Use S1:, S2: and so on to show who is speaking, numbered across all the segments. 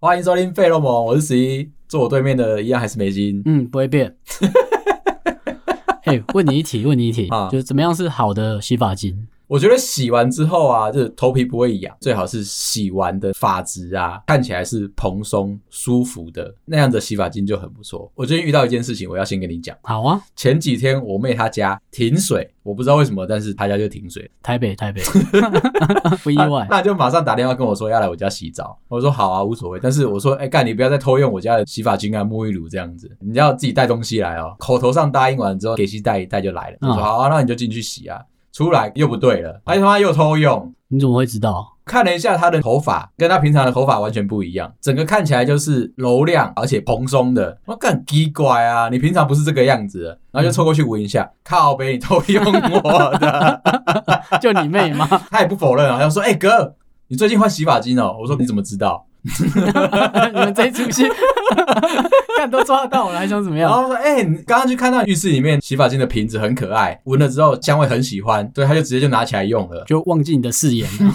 S1: 欢迎收听费洛蒙，我是十一，坐我对面的一样还是梅金。
S2: 嗯，不会变。嘿，问你一题，问你一题，
S1: 啊
S2: 就是怎么样是好的洗发精？
S1: 我觉得洗完之后啊，就是头皮不会痒，最好是洗完的发质啊，看起来是蓬松舒服的那样的洗发精就很不错。我最近遇到一件事情，我要先跟你讲。
S2: 好啊，
S1: 前几天我妹她家停水，我不知道为什么，但是她家就停水，
S2: 台北，台北， 不意
S1: 那
S2: 外。
S1: 那就马上打电话跟我说要来我家洗澡。我说好啊，无所谓。但是我说，哎、干你不要再偷用我家的洗发精啊、沐浴乳这样子，你要自己带东西来哦。口头上答应完之后，给西带一带就来了。我
S2: 嗯
S1: 说好啊，那你就进去洗啊。出来又不对了，哎他妈又偷用。
S2: 你怎么会知道？
S1: 看了一下她的头发，跟她平常的头发完全不一样，整个看起来就是柔亮而且蓬松的。我干奇怪啊，你平常不是这个样子的。然后就凑过去闻一下，靠北，你偷用我的。
S2: 就你妹吗？
S1: 他也不否认啊，他说：“哎、哥，你最近换洗发精哦。”我说：“你怎么知道
S2: 你们这一出戏， 看都抓到了，还想怎么？”
S1: 然
S2: 样？
S1: 后说：“哎、你刚刚去看到浴室里面洗发精的瓶子很可爱，闻了之后香味很喜欢，对，他就直接就拿起来用了。
S2: 就忘记你的誓言 了，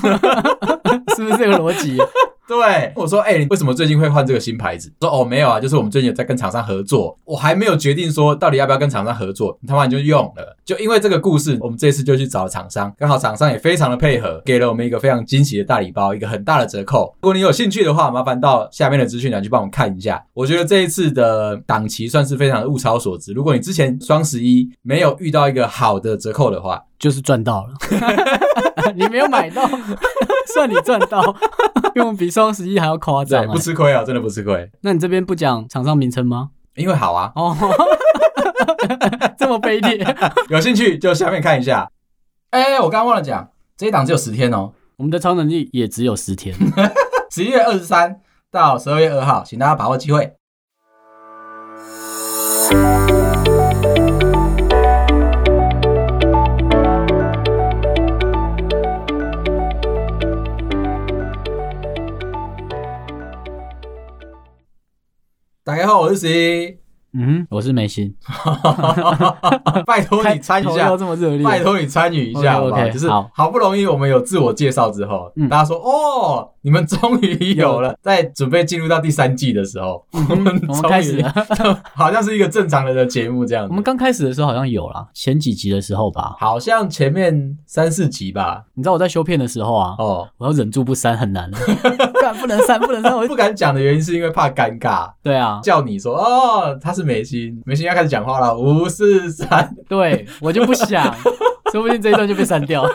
S2: 是不是这个逻辑？
S1: 对，我说：“哎、你为什么最近会换这个新牌子？”说：“哦，没有啊，就是我们最近有在跟厂商合作，我还没有决定说到底要不要跟厂商合作，你他妈你就用了。”就因为这个故事，我们这次就去找厂商，刚好厂商也非常的配合，给了我们一个非常惊喜的大礼包，一个很大的折扣。如果你有兴趣的话，麻烦到下面的资讯栏去帮我们看一下。我觉得这一次的档期算是非常的物超所值。如果你之前双十一没有遇到一个好的折扣的话，
S2: 就是赚到了， 你没有买到，算你赚到， 用比双十一还要夸张、
S1: 对，
S2: 欸
S1: 不。吃亏啊，真的不吃亏，
S2: 那你这边不讲厂商名称吗？
S1: 因为好啊。
S2: 哦， 这么卑劣。
S1: 有兴趣就下面看一下。哎、我刚刚忘了讲，这一档只有十天哦，
S2: 我们的超能力也只有十天。
S1: 十一月二十三到十二月二号，请大家把握机会。大家好，我是十一，
S2: 嗯哼，我是梅心。
S1: 拜托你参与一
S2: 开头
S1: 下
S2: 要，这么热烈，
S1: 拜托你参与一
S2: OK，OK，
S1: 下好不好？就是
S2: 好
S1: 好不容易我们有自我介绍之后，
S2: 嗯
S1: 大家说哦，你们终于有
S2: 有
S1: 了。在准备进入到第三季的时候，我们
S2: 嗯
S1: 终
S2: 我们
S1: 于
S2: 开始了
S1: 好像是一个正常人的节目这样子。
S2: 我们刚开始的时候好像有啦，前几集的时候吧。
S1: 好像前面三四集吧，
S2: 你知道我在修片的时候啊，
S1: 哦，
S2: 我要忍住不删很难， 干不能删不能删，我就
S1: 不敢讲的原因是因为怕尴尬，
S2: 对啊，
S1: 叫你说哦，他是梅心，梅心要开始讲话了，五四三，
S2: 对我就不 想，说不定这一段就被删掉。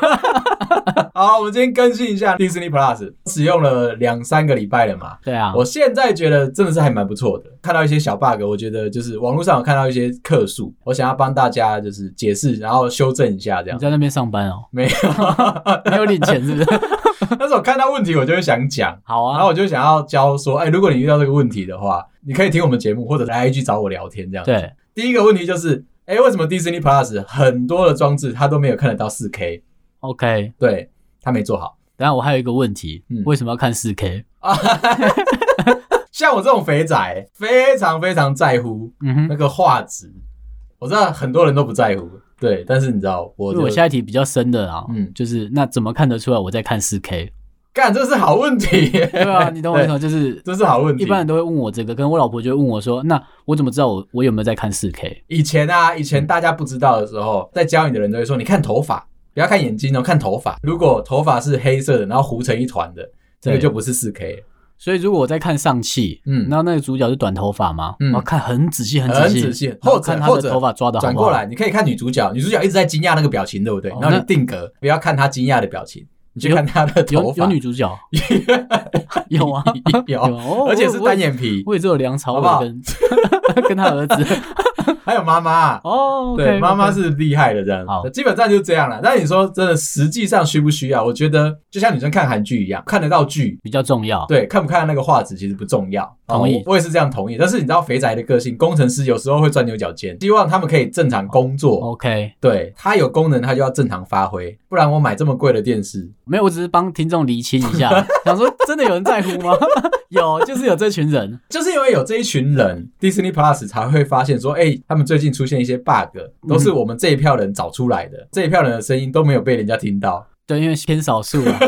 S1: 好，我们今天更新一下 Disney Plus，使用了两三个礼拜了嘛，
S2: 对啊，
S1: 我现在觉得真的是还蛮不错的，看到一些小 bug，我觉得就是网络上有看到一些客诉，我想要帮大家就是解释，然后修正一下这
S2: 你
S1: 样。
S2: 在那边上班哦，
S1: 没有，
S2: 没有领钱是不是？
S1: 但是我看到问题我就会想讲，
S2: 好
S1: 然后
S2: 啊，
S1: 我就想要教说，哎、如果你遇到这个问题的话，你可以听我们节目或者来 IG 找我聊天这样。，
S2: 对，
S1: 第一个问题就是，哎、为什么 Disney Plus 很多的装置它都没有看得到 4K？
S2: OK，
S1: 对，它没做好。
S2: 等一下我还有一个问题，
S1: 嗯
S2: 为什么要看四 K？
S1: 像我这种肥仔，非常非常在乎
S2: 嗯
S1: 那
S2: 哼，
S1: 个画质，我知道很多人都不在乎，对，但是你知道我
S2: 因
S1: 就
S2: 为我下一题比较深的啊，
S1: 嗯
S2: 就是那怎么看得出来我在看四 K？
S1: 干这是好问题，
S2: 对 啊，你懂我意思吗？就是
S1: 这是好问题。
S2: 一般人都会问我这个，跟我老婆就会问我说，那我怎么知道我我有没有在看四 K？
S1: 以前啊，以
S2: 嗯
S1: 前大家不知道的时候，在教你的人都会说，你看头发，不要看眼睛哦，看头发。如果头发是黑色的，然后糊成一团的，这个
S2: 对
S1: 就不是四 K，
S2: 所以如果我在看上气，
S1: 嗯
S2: 嗯，然后那个主角是短头发嘛，
S1: 嗯
S2: 嗯，我看很仔细，很
S1: 很
S2: 仔细，
S1: 仔细。
S2: 然
S1: 或
S2: 后
S1: 者
S2: 看他
S1: 或
S2: 的
S1: 者
S2: 头发抓的
S1: 转过，来，你可以看女主角，女主角一直在惊讶那个表情，对不对？
S2: 哦
S1: 然后你
S2: 那
S1: 定格，不要看她惊讶的表情，你去
S2: 有
S1: 看她的头
S2: 有
S1: 发。
S2: 有女主角， 有啊，
S1: 有
S2: 有哦
S1: 而且是
S2: 我我
S1: 单眼皮，
S2: 我也只有梁朝
S1: 好不好
S2: 伟跟跟 他 儿子，
S1: 还有妈啊妈。
S2: 哦，
S1: 对，妈妈是厉害的这样
S2: 好，
S1: 基本上就是这样了。但你说真的，实际上需不需要？我觉得就像女生看韩剧一样，看得到剧，
S2: 比较重要，
S1: 对，看不看那个画质其实不重要。
S2: 同意
S1: 哦我我也是这样同意。但是你知道肥宅的个性，工程师有时候会钻牛角尖，希望他们可以正常工作。
S2: ，OK，
S1: 对，它有功能，它就要正常发挥，不然我买这么贵的电视，
S2: 没有，我只是帮听众厘清一 下，想说真的有人在乎吗？有，就是有这群人，
S1: 就是因为有这一群人，Disney Plus 才会发现说，哎、他们最近出现一些 bug，都
S2: 嗯
S1: 是我们这一票人找出来的，这一票人的声音都没有被人家听到。
S2: 对，因为偏少数啊，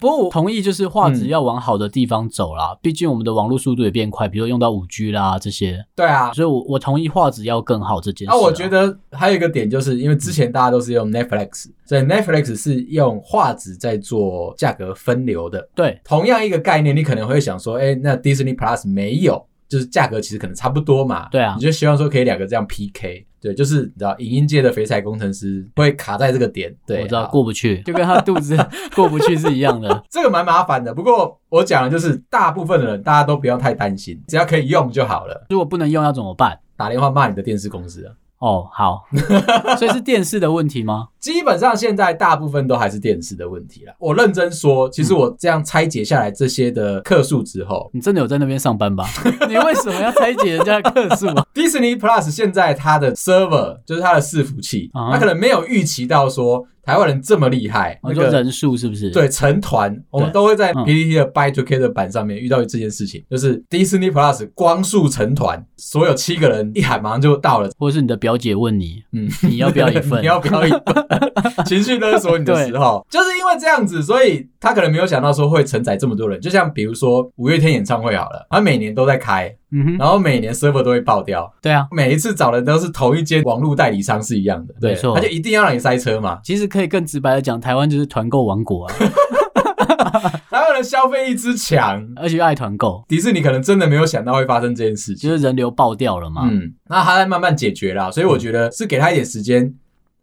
S2: 不过我同意，就是画
S1: 嗯
S2: 质要往好的地方走啦。毕竟我们的网络速度也变快，比如说用到五 G 啦这些，
S1: 对啊，
S2: 所以我我同意画质要更好这件事、
S1: 那、啊我觉，得还有一个点，就是因为之前大家都是用 Netflix，所以 Netflix 是用画质在做价格分流的。
S2: 对
S1: 同样一个概念，你可能会想说，哎、那 Disney Plus 没有，就是价格其实可能差不多嘛。
S2: 对啊
S1: 你就希望说可以两个这样 PK。对，就是你知道，影音界的肥仔工程师会卡在这个点。对，
S2: 我知道
S1: 好
S2: 过不去，就跟他肚 子过不去是一样的。
S1: 这个蛮麻烦的。不过我讲的就是，大部分的人大家都不要太担心，只要可以用就好了。
S2: 如果不能用要怎么办？
S1: 打电话骂你的电视公司啊。
S2: 哦，好， 所以是电视的问题吗？
S1: 基本上现在大部分都还是电视的问题啦。我认真说，其实我这样拆解下来这些的客数之后
S2: 你真的有在那边上 班吧？你为什么要拆解人家的客数啊？
S1: ，Disney Plus 现在它的 server 就是它的伺服器，
S2: 啊
S1: 它可能没有预期到说台湾人这么厉害，
S2: 你
S1: 那
S2: 说
S1: 个。
S2: 人数是不是？，
S1: 对，成团，我们
S2: 对
S1: 都会在
S2: 嗯
S1: PPT 的 By to K 的版上面遇到这件事情，就是 Disney Plus 光速成团，所有七个人一喊马上就到了，
S2: 或者是你的表姐问你，
S1: 嗯，
S2: 你要不要一 份？
S1: 你要不要一份？ 情绪勒索你的时候，就是因为这样子，所以他可能没有想到说会承载这么多人。就像比如说五月天演唱会好了，他每年都在开，
S2: 嗯哼，
S1: 然后每年 server 都会爆掉，
S2: 对啊，
S1: 每一次找的都是同一间网络代理商是一样的，对
S2: 没，错
S1: 他就一定要让你塞车嘛。
S2: 其实可以更直白的讲，台湾就是团购王国啊，
S1: 台湾人消费力之强，
S2: 而且又爱团购，
S1: 迪士尼可能真的没有想到会发生这件事情
S2: 就。是人流爆掉了嘛。
S1: 嗯，那他在慢慢解决啦，所以我觉得是给他一点时间，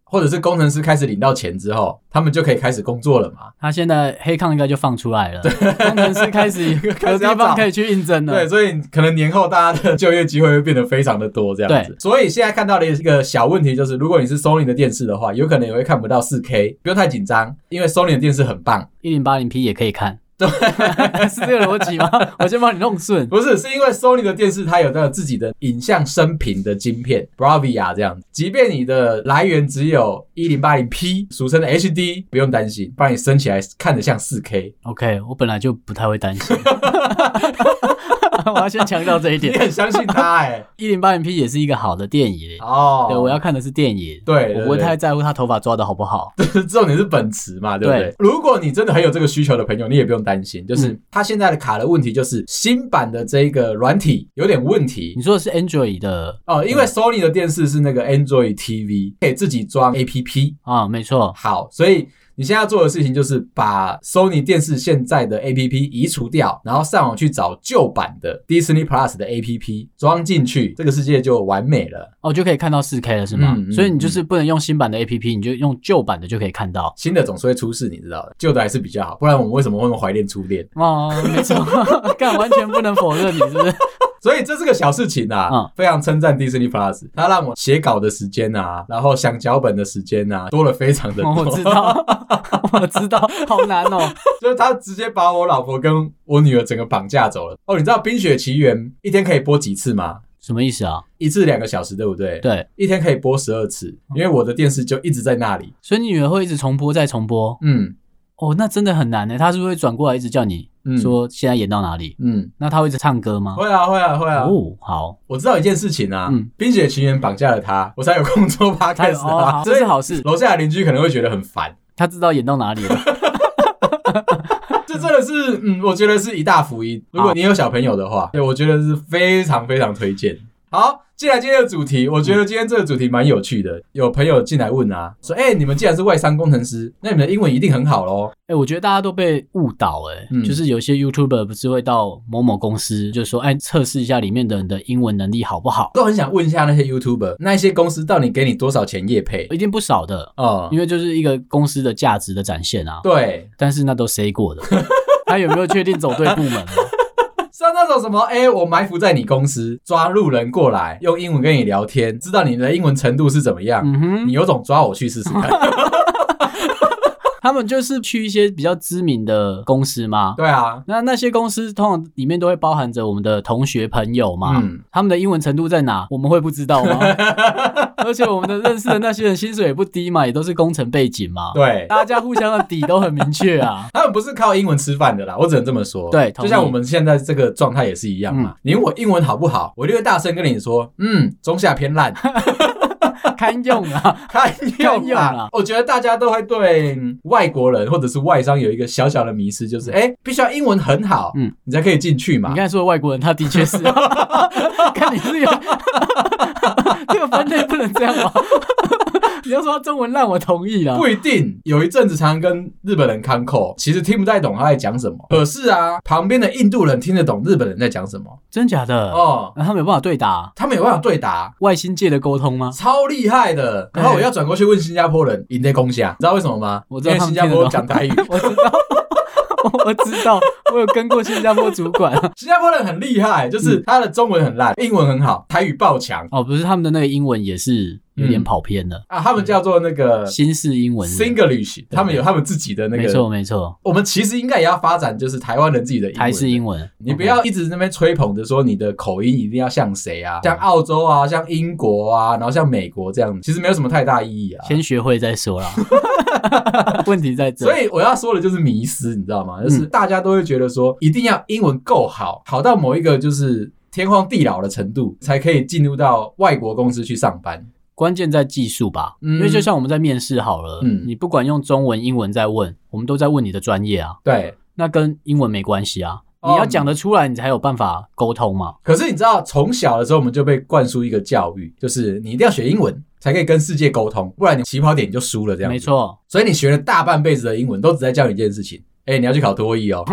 S1: 或者是工程师开始领到钱之后，他们就可以开始工作了嘛。
S2: 他现在黑抗应该就放出来了，工程师 开始有
S1: 开始要
S2: 地
S1: 找
S2: 方可以去应征了。
S1: 对，所以可能年后大家的就业机会会变得非常的多，这样子。所以现在看到的一个小问题就是，如果你是 Sony 的电视的话，有可能也会看不到 4K，不用太紧张，因为 Sony 的电视很棒。
S2: 一零八零 P 也可以 看， 是这个逻辑吗？我先帮你弄顺。
S1: 不是，是因为 Sony 的电视它有那个自己的影像升频的晶片 Bravia 这样子，即便你的来源只有 1080P，俗称的 HD，不用担心，帮你升起来看得像 4K。
S2: OK，我本来就不太会担 心， 我要先强调这一
S1: 你
S2: 点。
S1: 很相信它哎、
S2: 一零八零 P 也是一个好的电影，
S1: 哦，
S2: 对，我要看的是电影，
S1: 对对
S2: 我不会
S1: 对
S2: 太在乎他头发抓的好不好。
S1: 重点是本池嘛，对不对？如果你真的很有这个需求的朋友，你也不用担心，就是
S2: 嗯
S1: 它现在的卡的问题就是新版的这个软体有点问题
S2: 你。说的是 Android 的
S1: 哦，因为 Sony 的电视是那个 Android TV，可以自己装 APP。
S2: 啊？没错，
S1: 好，所以你现在要做的事情就是把 Sony 电视现在的 APP 移除掉，然后上网去找旧版的 Disney Plus 的 APP 装进去，这个世界就完美了。
S2: 哦，就可以看到四 K 了，是吗？
S1: 嗯嗯
S2: 所以你就是不能用新版的 APP，你就用旧版的就可以看到。
S1: 新的总是会出事，你知道的，旧的还是比较好，不然我们为什么会那么怀念初恋？
S2: 哦，没 错，干完全不能否认你是不是？
S1: 所以这是个小事情啊，
S2: 嗯
S1: 非常称赞 Disney Plus，它让我写稿的时间啊，然后想脚本的时间啊，多了非常的多。
S2: 哦 我知，道，我知道，好难哦。
S1: 就是他直接把我老婆跟我女儿整个绑架走了。哦，你知道《冰雪奇缘》一天可以播几次吗？
S2: 什么意思啊？
S1: 一次两个小时，对不对？，
S2: 对，嗯
S1: 一天可以播十二次，因为我的电视就一直在那里。
S2: 所以你女儿会一直重播再重播。
S1: 嗯
S2: 哦，那真的很难呢。她是不是会转过来一直叫你
S1: 嗯，
S2: 说现在演到哪里？
S1: 嗯，
S2: 那她会一直唱歌吗？
S1: 会啊会啊会啊、
S2: 哦，好，
S1: 我知道一件事情啊，
S2: 嗯
S1: 《冰雪奇缘》绑架了他，我才有空做
S2: 她
S1: podcast
S2: 哦，
S1: 啊，
S2: 好，这是好事。
S1: 楼下的邻居可能会觉得很烦。
S2: 她知道演到哪里了。
S1: 这真的是，嗯，我觉得是一大福音。如果你有小朋友的话，对我觉得是非常非常推荐。好，进来今天的主题，我觉得今天这个主题蛮有趣的。有朋友进来问啊，说：“哎、你们既然是外商工程师，那你们的英文一定很好喽
S2: 哎、我觉得大家都被误导、哎、
S1: 嗯
S2: 就是有些 YouTuber 不是会到某某公司，就说，哎、测试一下里面的人的英文能力好不好？”？
S1: 都很想问一下那些 YouTuber，那一些公司到底给你多少钱业配？
S2: 一定不少的，
S1: 哦、
S2: 因为就是一个公司的价值的展现啊。
S1: 对，
S2: 但是那都 say 过的，他有没有确定走对部门啊了？
S1: 像那种什么，哎、我埋伏在你公司，抓路人过来，用英文跟你聊天，知道你的英文程度是怎么样，
S2: 嗯哼
S1: 你，有种抓我去试试看。
S2: 他们就是去一些比较知名的公司嘛。
S1: 对啊，
S2: 那那些公司通常里面都会包含着我们的同学朋友嘛，
S1: 嗯
S2: 他们的英文程度在哪，我们会不知 道吗？而且我们的认识的那些人薪水也不低嘛，也都是工程背景嘛。
S1: 对。。
S2: 大家互相的底都很明确啊
S1: 他们不是靠英文吃饭的啦，我只能这么说。
S2: 对同
S1: 就
S2: 意
S1: 像我们现在这个状态也是嗯 一样嘛。你问我英文好不好，我就会大声跟你说，嗯，中下偏烂。
S2: 堪用啊，
S1: 看
S2: 看
S1: 用
S2: 用
S1: 啊
S2: 啊！
S1: 我觉得大家都会对嗯外国人或者是外商有一个小小的迷失，就是哎、诶必须要英文很好，嗯
S2: 嗯，
S1: 你才可以进去
S2: 你
S1: 嘛
S2: 刚。才说的外国人，他的确 是、看你是有 这个分类不能这样 吗？你要说他中文烂，我同意啦。
S1: 不一定，有一阵子常跟日本人康扣，其实听不太懂他在讲什么。可是啊，旁边的印度人听得懂日本人在讲什么
S2: 真假的？
S1: 哦，
S2: 啊他们有办法对答
S1: 他们有办法对答，
S2: 外星界的沟通吗？
S1: 超厉害的。然后我要转过去问新加坡人，赢在攻下，你知道为什么吗？
S2: 我知
S1: 因
S2: 道
S1: 为
S2: 他
S1: 新
S2: 们
S1: 加
S2: 听得懂
S1: 坡讲台语，
S2: 我知道，我知道，我有跟过新加坡主 管。
S1: 新加坡人很厉害，就是他的中文很烂，英文很好，台语爆强
S2: 哦，不是，他们的那个英文也是有点跑偏了，
S1: 啊。他们叫做那个
S2: 新式英文。
S1: Singlish，他们有他们自己的那
S2: 没
S1: 个。
S2: 错没错，
S1: 我们其实应该也要发展，就是台湾人自己的英文
S2: 台式英文。
S1: 你不要一直那边吹捧着说你的口音一定要像谁啊，像澳洲啊，像英国啊，然后像美国这样，其实没有什么太大意义啊。
S2: 先学会再 说啦。问题在这
S1: 所。以我要说的就是迷失，你知道吗？
S2: 嗯
S1: 就是大家都会觉得说，一定要英文够好，好到某一个就是天荒地老的程度，才可以进入到外国公司去上班。
S2: 关键在技术吧，
S1: 嗯
S2: 因为就像我们在面试好了，
S1: 嗯
S2: 你不管用中文、英文在问，我们都在问你的专业啊，
S1: 对，
S2: 那跟英文没关系啊，
S1: 哦
S2: 你要讲得出来，你才有办法沟通嘛。
S1: 可是你知道，从小的时候我们就被灌输一个教育，就是你一定要学英文才可以跟世界沟通，不然你起跑点你就输了这样。
S2: 没。错，
S1: 所以你学了大半辈子的英文，都只在教你一件事情：哎、你要去考多译哦，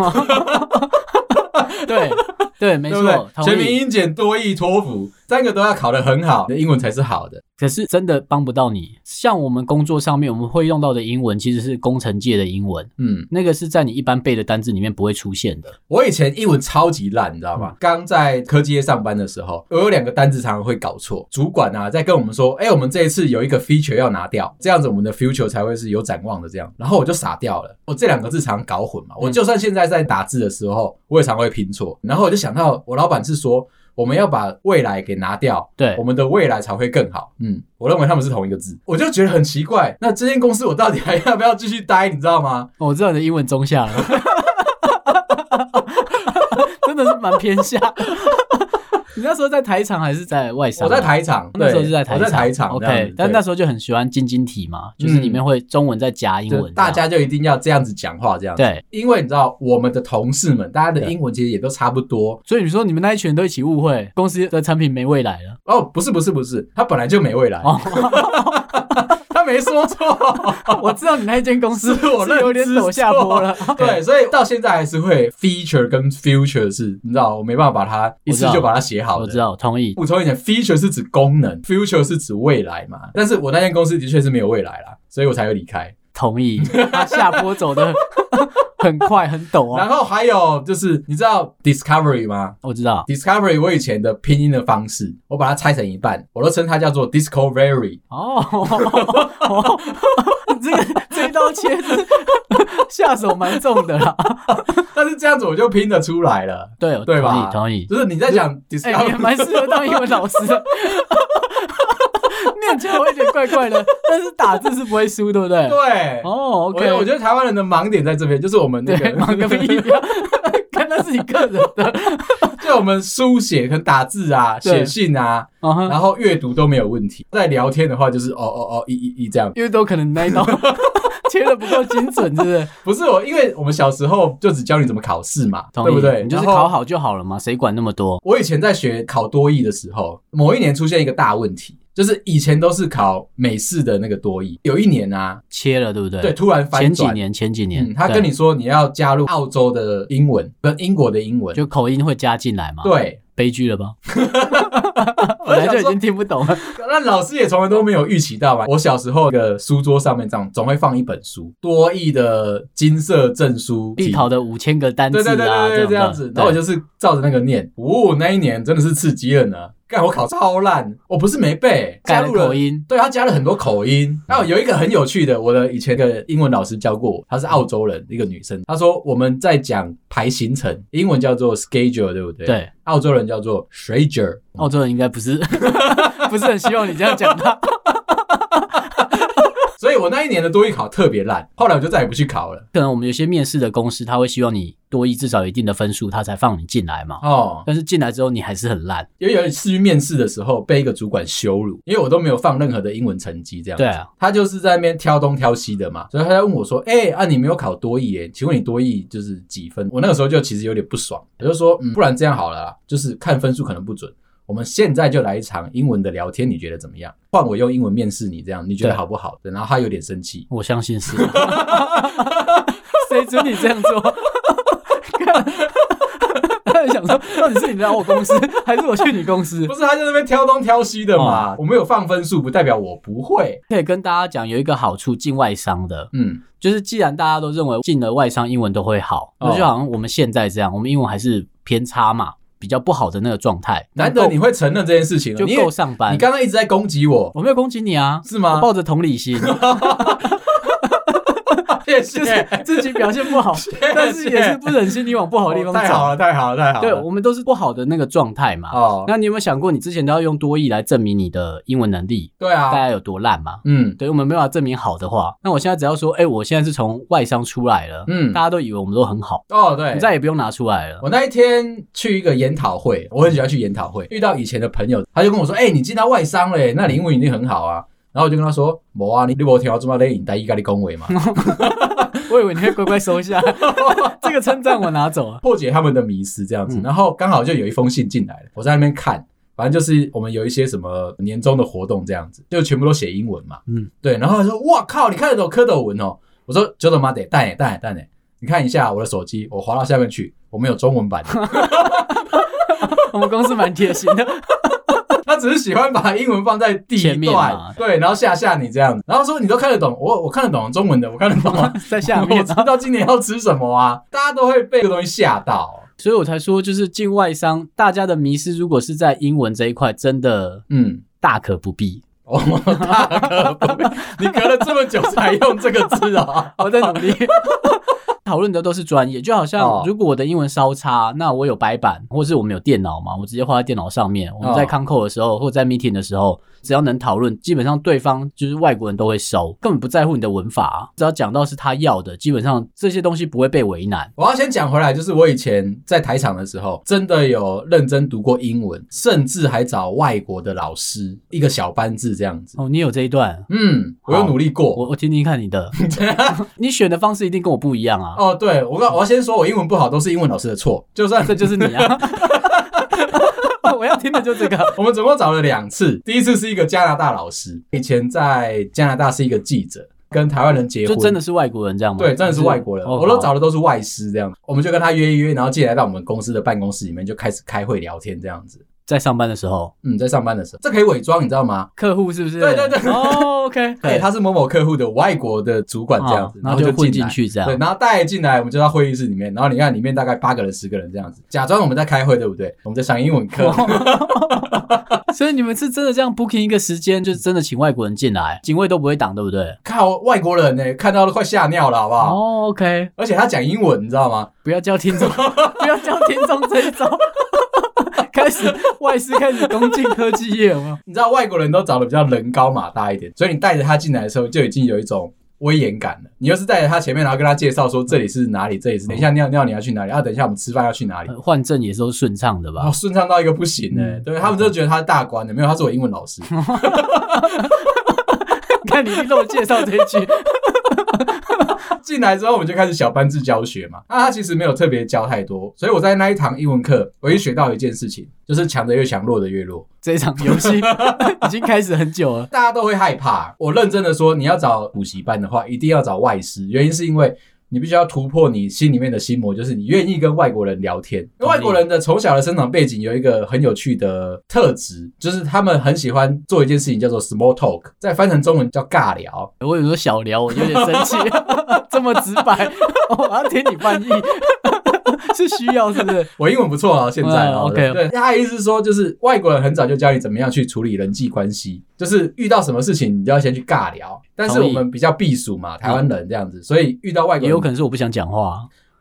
S2: 对 对， 没
S1: 对不
S2: 错，
S1: 对？
S2: 同
S1: 全民
S2: 意。
S1: 英检、多译、托福三个都要考得很好，你的英文才是好的。
S2: 可是真的帮不到你，像我们工作上面我们会用到的英文，其实是工程界的英文，
S1: 嗯，
S2: 那个是在你一般背的单字里面不会出现的。
S1: 我以前英文超级烂，你知道
S2: 嗯
S1: 吗？刚在科技业上班的时候，我有两个单字常常会搞错。主管啊，在跟我们说：“哎、我们这一次有一个 feature 要拿掉，这样子我们的 future 才会是有展望的。”这样，然后我就傻掉了。我这两个字常常搞混
S2: 嗯
S1: 嘛，我就算现在在打字的时候，我也常会拼错。然后我就想到，我老板是说。我们要把未来给拿掉，
S2: 对
S1: 我们的未来才会更好。嗯，我认为他们是同一个字，我就觉得很奇怪。那这间公司我到底还要不要继续待？你知道吗？
S2: 哦我知道你的英文中下了， 真的是蛮偏下。 你那时候在台场还是在外商啊？
S1: 我在台场，
S2: 那时
S1: 对
S2: 候
S1: 哦
S2: 是在台
S1: 我在台场这样子
S2: OK，
S1: 对嗯
S2: 但那时候就很喜欢晶晶体嘛，就是里面会中文再夹英
S1: 就
S2: 文，
S1: 大家就一定要这样子讲话，这样子。
S2: 对。
S1: 因为你知道，我们的同事们，大家的
S2: 对
S1: 英文其实也都差不多。
S2: 所以你说你们那一群人都一起误会，公司的产品没未来了。
S1: 哦，不是，不是，不是，他本来就没未来，
S2: 哦，
S1: 他没说 错。
S2: 我知道你那一间公 司
S1: 是我认知
S2: 有点走下坡了。
S1: 对，所以到现在还是会 feature 跟 future 是，你知道，我没办法把它一次
S2: 我知道
S1: 就把它写好
S2: 我知
S1: 的。
S2: 道，同意。
S1: 补充一点，feature 是指功能，future 是指未来嘛。但是我那间公司的确是没有未来啦，所以我才会离开。
S2: 同意，他下坡走的 很快很陡啊。
S1: 然后还有就是，你知道 Discovery 吗？
S2: 我知道
S1: Discovery 我以前的拼音的方式，我把它拆成一半，我都称它叫做 Discovery。
S2: 哦，哦 你这个这一刀切 是下手蛮重的啦。
S1: 但是这样子我就拼得出来了，
S2: 对，我
S1: 对
S2: 同
S1: 吧
S2: 意，同意。
S1: 就是你在讲
S2: 哎、你还
S1: Discovery，、
S2: 蛮适合当英文老师的。 念起来会有点怪怪的，但是打字是不会输，对不对？
S1: 对。
S2: 哦
S1: 我
S2: ，OK，
S1: 我觉得台湾人的盲点在这边，就是我们那
S2: 对， 忙个
S1: 个，
S2: 屁呀！看那是你个人的，
S1: 就我们书写跟打字啊、
S2: 对
S1: 写信啊，
S2: 啊哈，
S1: 然后阅读都没有问题。在聊天的话，就是哦哦哦，一一一这样。
S2: 因为都可能那一刀切的不够精准，是不是？
S1: 不是我，因为我们小时候就只教你怎么考试嘛，
S2: 同
S1: 对不
S2: 意，
S1: 对？
S2: 你就是
S1: 然后
S2: 考好就好了嘛，谁管那么多？
S1: 我以前在学考多译的时候，某一年出现一个大问题，就是以前都是考美式的那个多译，有一年啊，
S2: 切了，对不对？
S1: 对，，突然翻
S2: 前几
S1: 转，
S2: 年，前几年，
S1: 嗯，他跟
S2: 对
S1: 你说你要加入澳洲的英文跟英国的英文，
S2: 就口音会加进来嘛，，
S1: 对，
S2: 悲剧了吧？
S1: 我
S2: 本来
S1: 想
S2: 就已
S1: 说
S2: 经，听 不懂了，
S1: 那老师也从来都没有预期到嘛。我小时候的书桌上面这样总会放一本书，多译的金色证书
S2: 必考的五千个单
S1: 对
S2: 词
S1: 对对
S2: 啊，
S1: 对对，这样子，然后我
S2: 就
S1: 就是照着那个念，哦，那一年真的是刺激了呢。干我考超烂，我不是没背，加
S2: 改了
S1: 入了
S2: 口音，
S1: 对他加了很多口音。然后有一个很有趣的，我的以前的英文老师教过我，她是澳洲人，一个女生。她说我们在讲排行程，英文叫做 schedule，对不对？，
S2: 对，
S1: 澳洲人叫做 schedule。
S2: 澳 洲人应该不是不是很希望你这样讲他，
S1: 所以以我那一年的多艺考特别烂，后来我就再也不去考了。
S2: 可能我们有些面试的公司，他会希望你多一至少有一定的分数，他才放你进来嘛。
S1: 哦，
S2: 但是进来之后你还是很烂，
S1: 因为有一次去面试的时候被一个主管羞辱，因为我都没有放任何的英文成绩，这样。
S2: 对啊，
S1: 他就是在那边挑东挑西的嘛，所以他在问我说：“哎、啊，你没有考多艺耶？请问你多艺就是几分？”我那个时候就其实有点不爽，我就说：“嗯，不然这样好了啦，就是看分数可能不准，我们现在就来一场英文的聊天，你觉得怎么样？换我用英文面试你，这样你觉得
S2: 对
S1: 好不好？”对然后他有点生气，
S2: 我相信是。 谁准你这样做？ 看他在想说，到底是你来我公司，还是我去你公司
S1: 不？是他在那边挑东挑西的嘛？我没有放分数，不代表我不会。
S2: 可以跟大家讲，有一个好处，进外商的，
S1: 嗯，
S2: 就是既然大家都认为进了外商英文都会好，
S1: 哦
S2: 那就好像我们现在这样，我们英文还是偏差嘛，比较不好的那个状态。
S1: 难得你会承认这件事情了，啊
S2: 就
S1: 你也
S2: 够上班
S1: 你。刚刚一直在攻击我，
S2: 我没有攻击你啊，
S1: 是吗
S2: 我抱着同理心，
S1: 谢谢
S2: 就 是。自己表现不好，但是也是不忍心你往不好的地方
S1: 哦太好
S2: 走。
S1: 了，太好了，太好了。
S2: 对，我们都是不好的那个状态嘛。
S1: 哦，
S2: 那你有没有想过，你之前都要用多义来证明你的英文能力
S1: 对
S2: 大
S1: 啊，
S2: 概有多烂嘛？
S1: 嗯
S2: 对，我们没有办法证明好的话，那我现在只要说，哎、我现在是从外商出来了，
S1: 嗯
S2: 大，家都以为我们都很好，
S1: 哦对
S2: 你。再也不用拿出来了。
S1: 我那一天去一个研讨会，我很喜欢去研讨会，遇到以前的朋友，他就跟我说：“哎、你进到外商了耶，那你英文一定很好啊。”然后我就跟他说：“没啊，你你没听我这么累，你带一咖喱恭维嘛。
S2: 我以为你会乖乖收下，这个称赞我拿走啊”。
S1: 破解他们的迷思这样子。
S2: 嗯
S1: 然后刚好就有一封信进来了，我在那边看。反正就是我们有一些什么年终的活动这样子，就全部都写英文嘛。
S2: 嗯
S1: 嗯，对。然后他说：“哇靠，你看得懂蝌蚪文哦？”我说：“九斗妈得蛋欸蛋欸蛋欸，你看一下我的手机，我滑到下面去，我们有中文版的。”
S2: 我们公司蛮贴心 的，
S1: 他只是喜欢把英文放在第
S2: 前
S1: 一
S2: 面
S1: 段
S2: 嘛，
S1: 对，然后吓吓你这样子，然后说你都看得懂，我我看得懂中文的，我看得懂啊，
S2: 在 下
S1: 我
S2: 面
S1: 知，道今年要吃什么啊，大家都会被这个东西吓到。
S2: 所以我才说，就是进外商，大家的迷失如果是在英文这一块，真的
S1: 嗯，
S2: 大可不必。
S1: 哦，大可不必，你隔了这么久才用这个字啊、
S2: 哦我在努力。 讨论的都是专业，就好
S1: 哦
S2: 像如果我的英文稍差，那我有白板，或是我们有电脑嘛，我直接画在电脑上面。我们在
S1: 哦
S2: c o n c o 的时候，或者在 meeting 的时候，只要能讨论，基本上对方就是外国人都会收，根本不在乎你的文法啊、只要讲到是他要的，基本上这些东西不会被为难。
S1: 我要先讲回来，就是我以前在台场的时候，真的有认真读过英文，甚至还找外国的老师，一个小班制这样子。
S2: 哦，你有这一段，
S1: 嗯，我有
S2: 好
S1: 努力过。
S2: 我我听听看你 的，你选的方式一定跟我不一样啊。
S1: 哦，对，我告我要先说，我英文不好都是英文老师的错，就算
S2: 这就是你啊！ 我要听的就这个。
S1: 我们总共找了两次，第一次是一个加拿大老师，以前在加拿大是一个记者，跟台湾人结
S2: 就
S1: 婚，
S2: 真的是外国人这样吗？
S1: 对，真的是外国人，
S2: 哦
S1: 我都
S2: 好
S1: 找的都是外师这样，我们就跟他约一约，然后进来到我们公司的办公室里面就开始开会聊天这样子。
S2: 在上班的时候，
S1: 嗯，在上班的时候，这可以伪装，你知道吗？
S2: 客户是不是？
S1: 对对对
S2: 哦，OK，哦
S1: 对，他是某某客户的外国的主管这样子，
S2: 然后
S1: 就
S2: 就混
S1: 进
S2: 进
S1: 来。
S2: 去这样
S1: 对，。然后带进来，我们就到会议室里面，然后你看里面大概八个人、十个人这样子，假装我们在开会，对不对？我们在上英文课，
S2: 哦 所以你们是真的这样 booking 一个时间，就是真的请外国人进来，警卫都不会挡，对不对？
S1: 靠外国人呢、看到都快吓尿了，好不好？
S2: 哦，OK，
S1: 而且他讲英文，你知道吗？
S2: 不要叫 听众，不要叫听众这一招。 开始外事开始攻进科技业吗？
S1: 你知道外国人都长得比较人高马大一点，所以你带着他进来的时候就已经有一种威严感了。你又是带着他前面，然后跟他介绍说这里是哪里，这里是等一下尿尿你要去哪里，啊，等一下我们吃饭要去哪里，
S2: 呃换证也是都顺畅的
S1: 然后
S2: 吧？
S1: 顺畅到一个不行呢、
S2: 嗯
S1: 对他们就觉得他是大官的，没有他是我英文老师，
S2: 看你一路介绍这一句，
S1: 进来之后，我们就开始小班制教学嘛。啊那他其实没有特别教太多，所以我在那一堂英文课，我一学到一件事情，就是强的越强，弱的越弱。
S2: 这场游戏 已经开始很久了。
S1: 大家都会害怕。我认真的说，你要找补习班的话，一定要找外师，原因是因为。你必须要突破你心里面的心魔，就是你愿意跟外国人聊天。因为外国人的从小的生长背景有一个很有趣的特质，就是他们很喜欢做一件事情叫做 small talk，再翻成中文叫尬聊。
S2: 我有时候小聊，我有点生气， 这么直白， 我要听你翻译， 是需要是不是？
S1: 我英文不错啊，现在啊、
S2: 嗯，OK
S1: 对，他的意思是说，就是外国人很早就教你怎么样去处理人际关系，就是遇到什么事情你就要先去尬聊。但是
S2: 同意
S1: 我们比较避暑嘛，台湾人这样子，所以遇到外国
S2: 也
S1: 人
S2: 有可能是我不想讲话啊、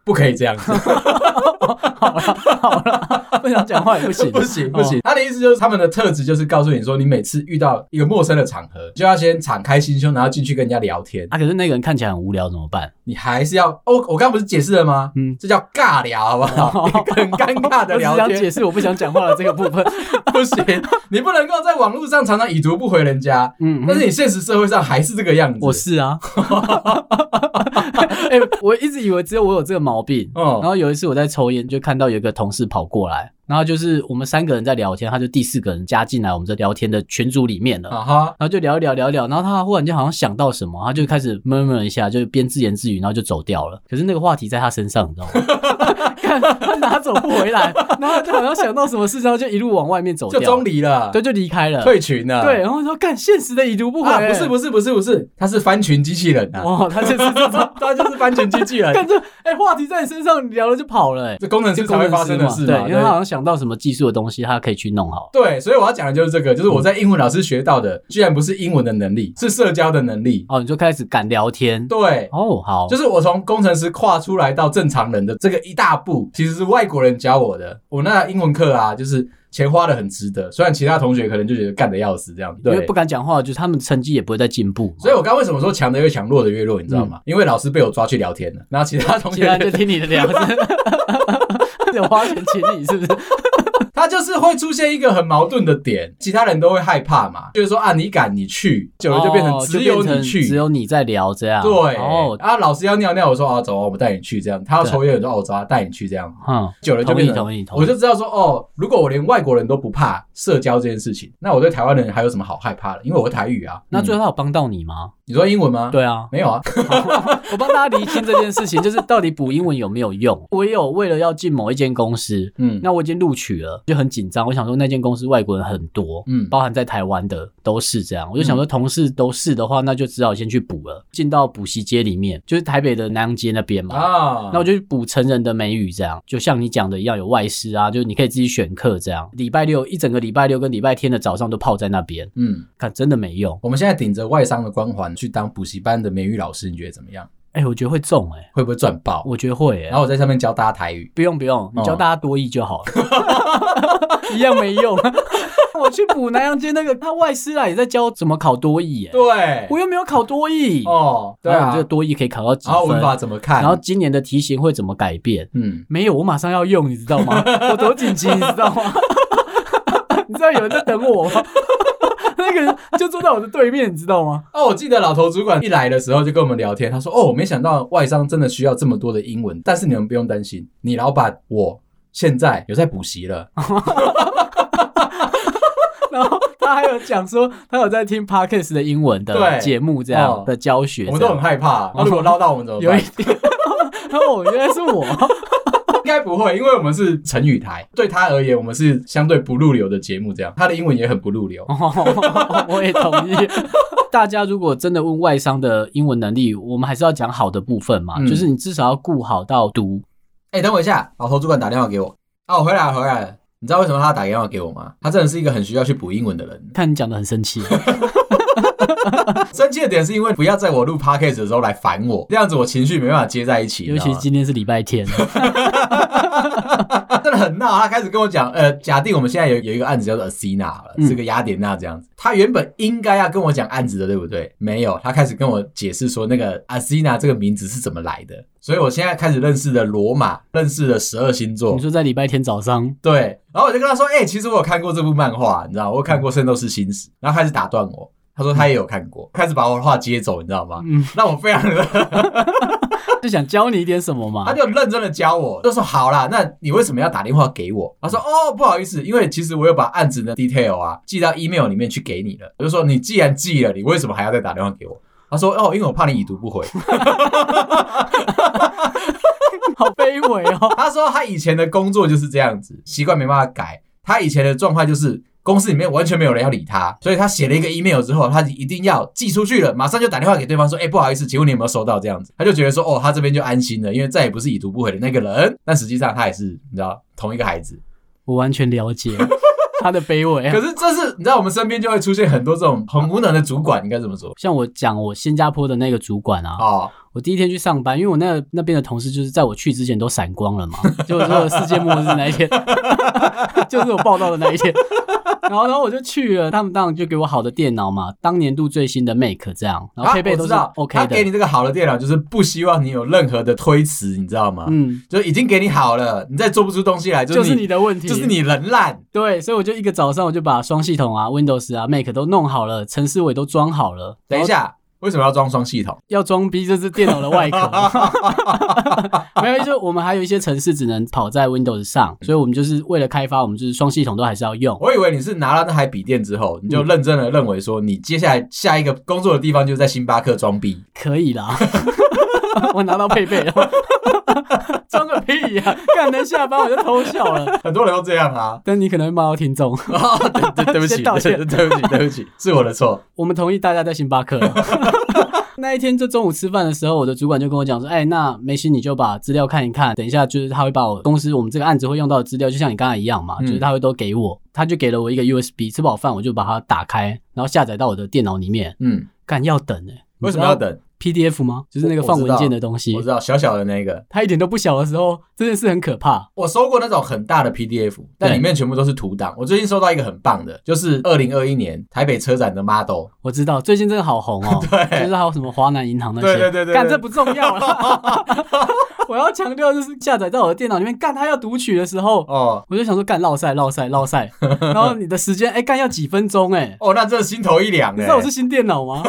S1: 不可以这样子，
S2: 好了好了，不想讲话也不 行，
S1: 不行不行。他的意思就是他们的特质就是告诉你说，你每次遇到一个陌生的场合，就要先敞开心胸，然后进去跟人家聊天。
S2: 啊，可是那个人看起来很无聊，怎么办？
S1: 你还是要哦，我刚刚不是解释了吗？
S2: 嗯
S1: 这叫尬聊，好不好？一个很尴尬的聊
S2: 我只想
S1: 天
S2: 解，释我 不想讲话的这个部分。
S1: 不行，你不能够在网络上常常已读不回人家，
S2: 嗯，
S1: 但是你现实社会上还是这个样子。
S2: 我是啊。 哎、我一直以为只有我有这个毛病。
S1: 哦
S2: 然后有一次我在抽烟，就看到有一个同事跑过来，然后就是我们三个人在聊天，他就第四个人加进来我们这聊天的群组里面了。
S1: 啊哈，
S2: 然后就聊一聊聊一聊，然后他忽然间好像想到什么，他就开始 murmur 一下，就是边自言自语，然后就走掉了。可是那个话题在他身上，你知道吗？看他拿走不回来，然后他就好像想到什么事，然后就一路往外面走
S1: 就
S2: 掉，
S1: 中离了，
S2: 对，就离开了。
S1: 退群了。
S2: 对，然后说干现实的已读不回、
S1: 啊，不是不是不是不是，他是翻群机器人啊，
S2: 哦，他就是这种，
S1: 他就是翻群机器人，
S2: 干这哎、话题在你身上聊了就跑了、哎，
S1: 这工程师才会发生的事
S2: 对，
S1: 嘛。
S2: 因为他好像想到什么技术的东西，他可以去弄好。
S1: 对，所以我要讲的就是这个，就是我在英文老师学到的，居然不是英文的能力，是社交的能力。
S2: 哦，你就开始敢聊天。
S1: 对，
S2: 哦，好，
S1: 就是我从工程师跨出来到正常人的这个一大步，其实是外国人教我的。我那英文课啊，就是钱花的很值得，虽然其他同学可能就觉得干的要死这样。
S2: 因
S1: 对
S2: 为不，敢讲话，就是他们成绩也不会再进步嘛。
S1: 所以我刚刚为什么说强的越强，弱的越弱，你知道吗？因为老师被我抓去聊天了，然后其他同
S2: 既然嗯就
S1: 学
S2: 听你的聊，有花钱请你是不是？
S1: 他就是会出现一个很矛盾的点，其他人都会害怕嘛，就是说啊，你敢你去，久了就变成
S2: 哦
S1: 只有
S2: 就变
S1: 你
S2: 成
S1: 去，
S2: 只有你在聊这样。
S1: 对，
S2: 哦，
S1: 啊，老师要尿尿，我说啊，走啊，我带你去这样。他要
S2: 对
S1: 抽烟，我说哦，走啊，带你去这样。
S2: 嗯，
S1: 久了就
S2: 同
S1: 变
S2: 意
S1: 成
S2: 同意同意。
S1: 我就知道说哦，如果我连外国人都不怕社交这件事情，那我对台湾人还有什么好害怕的？因为我会台语啊。
S2: 那最
S1: 嗯
S2: 后他有帮到你吗？
S1: 你说英文吗？，
S2: 对啊，
S1: 没有啊，
S2: 我帮大家厘清这件事情，就是到底补英文有没有用？我也有为了要进某一间公司，
S1: 嗯，
S2: 那我已经录取了，就很紧张。我想说那间公司外国人很多，
S1: 嗯
S2: 包含在台湾的都是这样。我就想说同事都是的话，那就只好先去补了。进到补习街里面，就是台北的南洋街那边嘛。
S1: 啊，
S2: 那我就去补成人的美语，这样就像你讲的一样，有外师啊，就是你可以自己选课这样。礼拜六一整个礼拜六跟礼拜天的早上都泡在那边，
S1: 嗯，
S2: 看真的没用。
S1: 我们现在顶着外商的光环去当补习班的美语老师，你觉得怎么样？
S2: 哎、我觉得会中哎、
S1: 会不会赚爆？
S2: 我觉得会哎、
S1: 然后我在上面教大家台语，
S2: 不用不用，你教
S1: 哦
S2: 大家多义就好了， 一样没用。我去补南洋街那个，他外师啊也在教怎么考多义、欸，
S1: 对，
S2: 我又没有考多义。
S1: 哦，对
S2: 然后
S1: 啊
S2: 你这，个多义可以考到几
S1: 然后
S2: 分
S1: 文？法怎么看？
S2: 然后今年的题型会怎么改变？
S1: 嗯，
S2: 没有，我马上要用，你知道 吗？我多紧急，你知道吗？ 你知道有人在等我吗？ 那个人就坐在我的对面，你知道吗？
S1: 哦，我记得老头主管一来的时候就跟我们聊天，他说：“哦，没想到外商真的需要这么多的英文，但是你们不用担心，你老板我现在有在补习了。
S2: 然后他还有讲说，他有在听 podcast 的英文的
S1: 对
S2: 节目，这
S1: 哦
S2: 样的教学这
S1: 我
S2: 样，
S1: 们都很害怕，那如果捞到我们怎么
S2: 有一
S1: 办？
S2: 点。哦，原来是 我，
S1: 应该不会，因为我们是成语台，对他而言，我们是相对不入流的节目，这样他的英文也很不入流。
S2: 哦我也同意。大家如果真的问外商的英文能力，我们还是要讲好的部分嘛，
S1: 嗯
S2: 就是你至少要顾好到读。
S1: 哎、等我一下，老头主管打电话给我。啊，我回来了，回来了。你知道为什么他要打电话给我吗？他真的是一个很需要去补英文的人。
S2: 看你讲的很 生气，
S1: 啊生气的点是因为不要在我录 podcast 的时候来烦我，这样子我情绪没办法接在一起。
S2: 尤
S1: 你知道
S2: 其
S1: 吗
S2: 是今天是礼拜天，
S1: 真的很闹。他开始跟我讲，呃，假定我们现在有有一个案子叫做 Asina 了，
S2: 嗯
S1: 是个雅典娜这样子。他原本应该要跟我讲案子的，对不对？没有，他开始跟我解释说那个 Asina 这个名字是怎么来的。所以我现在开始认识了罗马，认识了十二星座
S2: 你。说在礼拜天早上，
S1: 对，然后我就跟他说，哎、其实我有看过这部漫画，你知道，我有看过《圣斗士星矢》，然后开始打断我。他说他也有看过，开始把我的话接走，你知道吗？
S2: 嗯，
S1: 让我非常的
S2: 就想教你一点什么
S1: 啊他
S2: 嘛。
S1: 就认真的教我，就说好啦，那你为什么要打电话给我？他说哦，不好意思，因为其实我有把案子的 detail 啊寄到 email 里面去给你了。我就说你既然寄了，你为什么还要再打电话给我？他说哦，因为我怕你已读不回。
S2: 好卑微 哦。
S1: 他说他以前的工作就是这样子，习惯没办法改。他以前的状态就是公司里面完全没有人要理他，所以他写了一个 email 之后，他一定要寄出去了，马上就打电话给对方说：“哎、不好意思，请问你有没有收到？”这样子，他就觉得说：“哦，他这边就安心了，因为再也不是已读不回的那个人。”但实际上他也是你知道同一个孩子。
S2: 我完全了解。 他的卑微啊
S1: 可。是这是你知道，我们身边就会出现很多这种很无能的主管，应该怎么说？
S2: 像我讲我新加坡的那个主管啊，
S1: 哦，
S2: 我第一天去上班，因为我那那边的同事就是在我去之前都闪 光了嘛，就说世界末日那一天，就是我报道的那一天。然后，然后我就去了，他们当然就给我好的电脑嘛，当年度最新的 Mac 这样，然后配备
S1: 啊我
S2: 都
S1: 知
S2: 是
S1: 道
S2: OK
S1: 他
S2: 的。
S1: 给你这个好的电脑，就是不希望你有任何的推辞，你知道吗？
S2: 嗯，
S1: 就已经给你好了，你再做不出东西来，
S2: 就是是你的问题，
S1: 就是你人烂，
S2: 对，所以我就一个早上我就把双系统啊、Windows 啊、Mac 都弄好了，程式我也都装好了。
S1: 等一
S2: 然后
S1: 下，为什么要装双系统？
S2: 要装逼，这是电脑的外 壳。没有，就我们还有一些程式只能跑在 Windows 上，所以我们就是为了开发，我们就是双系统都还是要用。
S1: 我以为你是拿了那台笔电之后，你就认真的认为说，你接下来下一个工作的地方就是在星巴克装逼。
S2: 可以啦， 我拿到配备 了，装个屁呀、干能下班我就偷笑了。。
S1: 很多人都这样啊
S2: 但你可能会骂到听众，
S1: 哦对对对不 起，
S2: 先道
S1: 对
S2: 歉
S1: 对不起，对不起，是我的错。
S2: 我们同意大家在星巴克 了。那一天就中午吃饭的时候，我的主管就跟我讲说：“哎、那梅西你就把资料看一看，等一下就是他会把我公司我们这个案子会用到的资料，就像你刚才一样嘛，
S1: 嗯
S2: 就是他会都给我。”他就给了我一个 USB，吃饱饭我就把它打开，然后下载到我的电脑里面。
S1: 嗯，
S2: 干要等哎、
S1: 为什么要等？
S2: PDF 吗？就是那个
S1: 我
S2: 放
S1: 我知道
S2: 文件的东西
S1: 我。知道小小的那个，
S2: 它一点都不小的时候，这件事很可怕。
S1: 我收过那种很大的 PDF，但里面全部都是图档。我最近收到一个很棒的，就是二零二一年台北车展的 model。
S2: 我知道最近真的好红 哦，就是还有什么华南银行那些，
S1: 对对对对
S2: 干
S1: 对
S2: 这不重要啦。 我要强调就是下载到我的电脑里面，干他要读取的时候，
S1: 哦
S2: 我就想说干绕赛绕赛绕 赛，然后你的时间哎干要几分钟哎，
S1: 哦，那真的心头一凉、欸。
S2: 你知道我是新电脑 吗？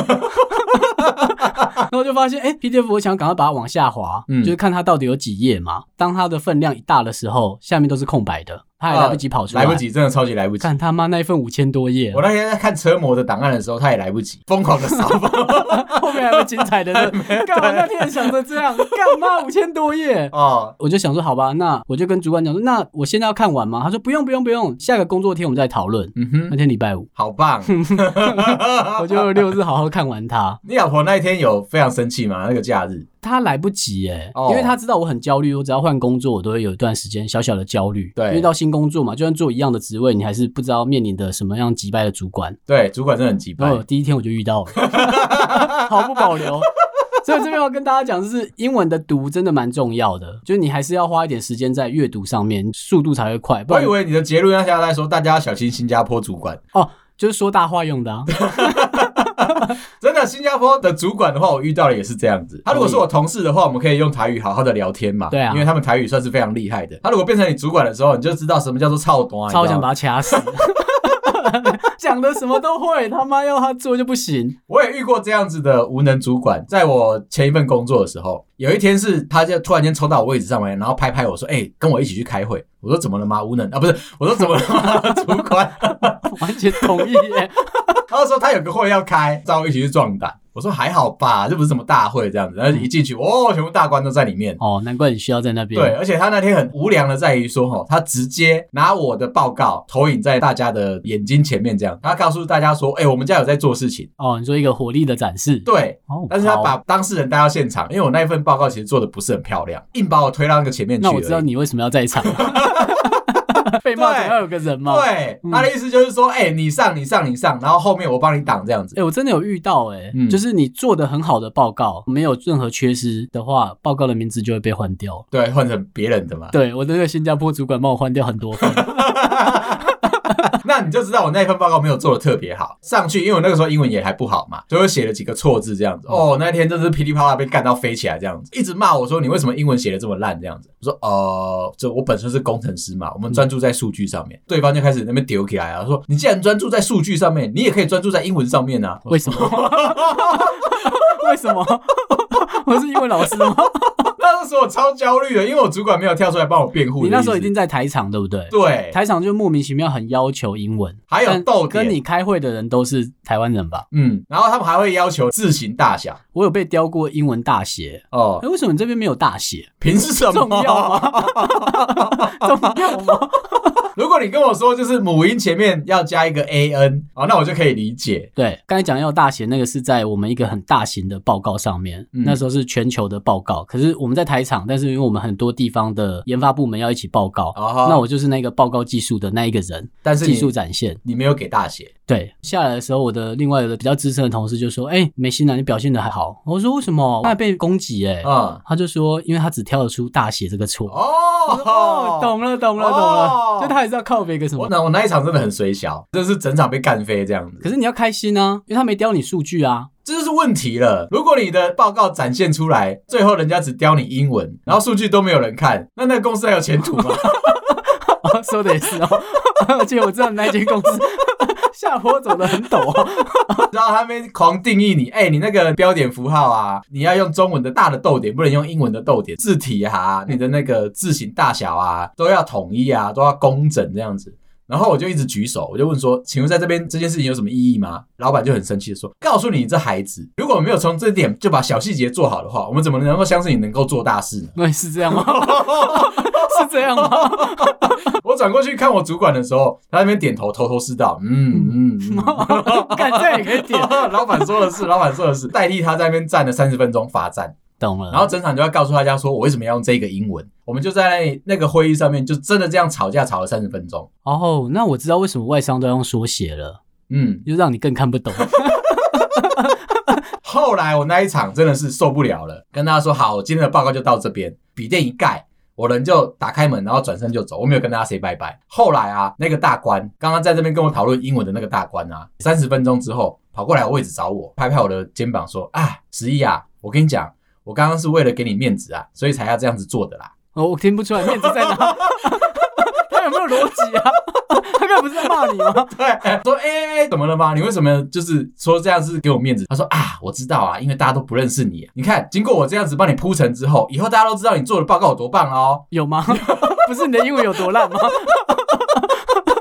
S2: 然后就发现，哎、p d f 我想赶快把它往下滑，
S1: 嗯
S2: 就是看它到底有几页嘛。当它的分量一大的时候，下面都是空白的，它还来不及跑出来。
S1: 哦来不，及，真的超级来不及。
S2: 看他妈那一份五千多页
S1: 我，那天在看车模的档案的时候，他也来不及，疯狂的扫 描。
S2: 后面还有精 彩的呢。干嘛那天想着这样？干嘛五千多页？
S1: 哦，
S2: 我就想说，好吧，那我就跟主管讲说，那我现在要看完吗？他说不用不用不用，下个工作天我们再讨论。
S1: 嗯哼，
S2: 那天礼拜 五，
S1: 好棒！
S2: 嗯我就六日好好看完它。
S1: 你老婆那一天有非常生气吗？那个假日？
S2: 他来不及哎、
S1: 哦
S2: 因为他知道我很焦虑，我只要换工作，我都会有一段时间小小的焦虑。
S1: 对
S2: 因为到新工作嘛，就算做一样的职位，你还是不知道面临的什么样击败的主管。
S1: 对，主管真的很急
S2: 然
S1: 掰。
S2: 后第一天我就遇到了， 毫不保留。所以这边要跟大家讲，就是英文的读真的蛮重要的，就是你还是要花一点时间在阅读上面，速度才会快。不
S1: 我
S2: 然
S1: 以为你的结论要下来说，大家要小心新加坡主管。
S2: 哦，就是说大话用的、啊。
S1: 真的，新加坡的主管的话，我遇到的也是这样子。他如果是我同事的话，我们可以用台语好好的聊天嘛。
S2: 对啊
S1: 因为他们台语算是非常厉害的。他如果变成你主管的时候，你就知道什么叫做操短。
S2: 超
S1: 你知道
S2: 想
S1: 吗
S2: 把他掐死，讲的什么都会，他妈要他做就不行。
S1: 我也遇过这样子的无能主管，在我前一份工作的时候，有一天是他就突然间冲到我位置上来，然后拍拍我说：“哎、跟我一起去开会。”我说：“怎么了吗？无能啊，不是，我说怎么了吗？主管。”
S2: 完全同意耶，
S1: 他说他有个会要开，找我一起去壮胆。我说还好吧，这不是什么大会这样子。然后一进去，哦，全部大官都在里面。
S2: 哦，难怪你需要在那边。
S1: 对，，而且他那天很无良的在于说，哈，他直接拿我的报告投影在大家的眼睛前面，这样，他告诉大家说，哎、我们家有在做事情。
S2: 哦，你说一个火力的展示，
S1: 对，
S2: 哦，
S1: 但是他
S2: 好
S1: 把当事人带到现场，因为我那一份报告其实做的不是很漂亮，硬把我推到那个前面去
S2: 那
S1: 而已。
S2: 我知道你为什么要 在场， 被骂总要有个人嘛。
S1: 对，
S2: 嗯
S1: 他的意思就是说，哎、你上，你上，你上，然后后面我帮你挡这样子。
S2: 哎、我真的有遇到哎、
S1: 嗯
S2: 就是你做的很好的报告，没有任何缺失的话，报告的名字就会被换掉。
S1: 对，换成别人的嘛。
S2: 对我那个新加坡主管帮我换掉很多份，
S1: 那你就知道我那一份报告没有做的特别好，上去，因为我那个时候英文也还不好嘛，所以我写了几个错字这样
S2: 嗯
S1: 子。哦，那天真是噼里啪啦被干到飞起来这样子，一直骂我说你为什么英文写的这么烂这样子。我说哦，这我本身是工程师嘛，我们专注在数据上
S2: 嗯
S1: 面。对方就开始那边丢起来啊，说你既然专注在数据上面，你也可以专注在英文上面啊。
S2: 为什么？ 为什么？ 我是英文老师吗？
S1: 那时候我超焦虑的，因为我主管没有跳出来帮我辩护的
S2: 你
S1: 意思。
S2: 那时候一定在台场对不对？
S1: 对，
S2: 台场就莫名其妙很要求英文，
S1: 还有
S2: 但
S1: 逗点
S2: 跟你开会的人都是台湾人吧？
S1: 嗯，然后他们还会要求字形大小。
S2: 我有被雕过英文大写，
S1: 哦
S2: 哎、，为什么你这边没有大写？
S1: 凭什么？
S2: 重要吗？重要吗？
S1: 如果你跟我说就是母音前面要加一个 a n，哦，那我就可以理解。
S2: 对，刚才讲要大写那个是在我们一个很大型的报告上面，
S1: 嗯
S2: 那时候是全球的报告。可是我们在台场，但是因为我们很多地方的研发部门要一起报告，
S1: 哦
S2: 那我就是那个报告技术的那一个人，
S1: 但是
S2: 技
S1: 你
S2: 术展现。
S1: 你没有给大写，
S2: 对，下来的时候，我的另外一个比较资深的同事就说：“哎、美心啊，你表现的还好。”我说：“为什
S1: 哦
S2: 么？他还被攻击哎、
S1: 嗯，
S2: 他就说：“因为他只挑得出大写这个错。”
S1: 哦，
S2: 哦，懂了，懂了，懂了，
S1: 哦
S2: 就他也是要靠别个什么
S1: 我。那我那一场真的很水小，真的是整场被干飞这样子。
S2: 可是你要开心啊，因为他没刁你数据啊。
S1: 这就是问题了。如果你的报告展现出来，最后人家只刁你英文，然后数据都没有人看，那那个公司还有前途吗？
S2: 哦说的也是哦， 而且我知道你那间公司 下坡走的很陡哦。
S1: 然后他们狂定义你，哎、你那个标点符号啊，你要用中文的大的逗点，不能用英文的逗点，字体啊，你的那个字形大小啊，都要统一啊，都要工整这样子。然后我就一直举手，我就问说：“请问在这边这件事情有什么意义吗？”老板就很生气的说：“告诉你这孩子，如果没有从这点就把小细节做好的话，我们怎么能够相信你能够做大事呢？”
S2: 那是这样吗？ 是这样吗？
S1: 我转过去看我主管的时候，他在那边点头，头头是道。嗯嗯嗯，
S2: 敢这样也可以点，
S1: 老板说的是，老板说的是，代替他在那边站了三十分钟罚站，
S2: 懂了。
S1: 然后整场就要告诉大家说我为什么要用这个英文。我们就在那个会议上面就真的这样吵架，吵了三十分钟。
S2: 哦，那我知道为什么外商都要用缩写了，
S1: 嗯，
S2: 就让你更看 不懂。
S1: 后来我那一场真的是受不了了，跟大家说好，我今天的报告就到这边，笔电一盖。我人就打开门，然后转身就走，我没有跟大家 say 拜拜。后来啊，那个大官刚刚在这边跟我讨论英文的那个大官啊，三十分钟之后跑过来我位置找我，拍拍我的肩膀说：“啊，十一啊，我跟你讲，我刚刚是为了给你面子啊，所以才要这样子做的啦。”
S2: 哦我听不出来面子在 哪，他有没有逻辑啊？他刚才不是在骂你吗？
S1: 对， 说哎、欸欸怎么了吗？你为什么就是说这样是给我面子？他说啊，我知道啊，因为大家都不认识你。你看，经过我这样子帮你铺陈之后，以后大家都知道你做的报告有多棒哦。
S2: 有吗？ 不是你的英文有多 烂吗？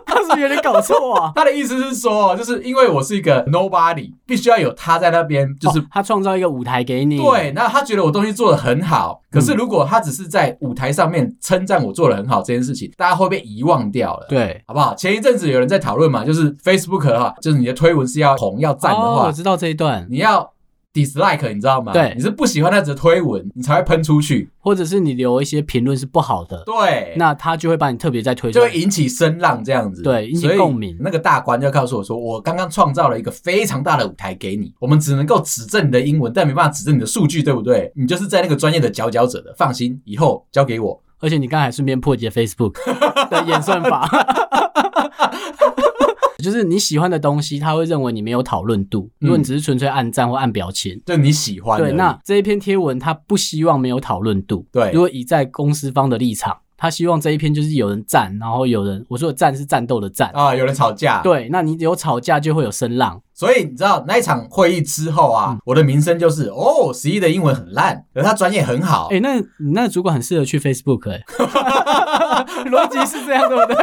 S2: 他是不是有点搞错啊？
S1: 他的意思是说，就是因为我是一个 nobody，必须要有他在那边，就是、
S2: 哦他创造一个舞台给你，
S1: 对。那他觉得我东西做的很好，可是如果他只是在舞台上面称赞我做的很好这件事情，大家会被遗忘掉了。。
S2: 对。
S1: 好不好？前一阵子有人在讨论嘛，就是 Facebook 的话，就是你的推文是要红要赞的
S2: 哦，
S1: 话，
S2: 我知道这一段，
S1: 你要 dislike，你知道吗？
S2: 对
S1: 你是不喜欢那则推文，你才会喷出去。
S2: 或者是你留一些评论是不好的，
S1: 对，
S2: 那他就会把你特别再推出
S1: 就
S2: 来
S1: 会。引起声浪这样子。
S2: 对引起
S1: 所以
S2: 共鸣
S1: 那个大官就告诉我说，我刚刚创造了一个非常大的舞台给你，我们只能够指正你的英文，但没办法指正你的数据，对不对？你就是在那个专业的佼佼者的，放心，以后交给我。
S2: 而且你刚才还顺便破 解 Facebook 的演算法， 就是你喜欢的东西，他会认为你没有讨论度。如果你只是纯粹按赞或按表情，
S1: 就你喜欢嗯而已
S2: 对，那这一篇贴文他不希望没有讨论度。
S1: 对
S2: 如果以在公司方的立场，他希望这一篇就是有人赞，然后有人我说的赞是战斗的战。
S1: 啊，有人吵架，，
S2: 对，那你有吵架就会有声浪，
S1: 所以你知道那一场会议之后啊，
S2: 嗯
S1: 我的名声就是哦，十一的英文很烂，可是他专业很好，
S2: 哎、那你那个主管很适合去 Facebook 哎、 逻辑是这样对不对？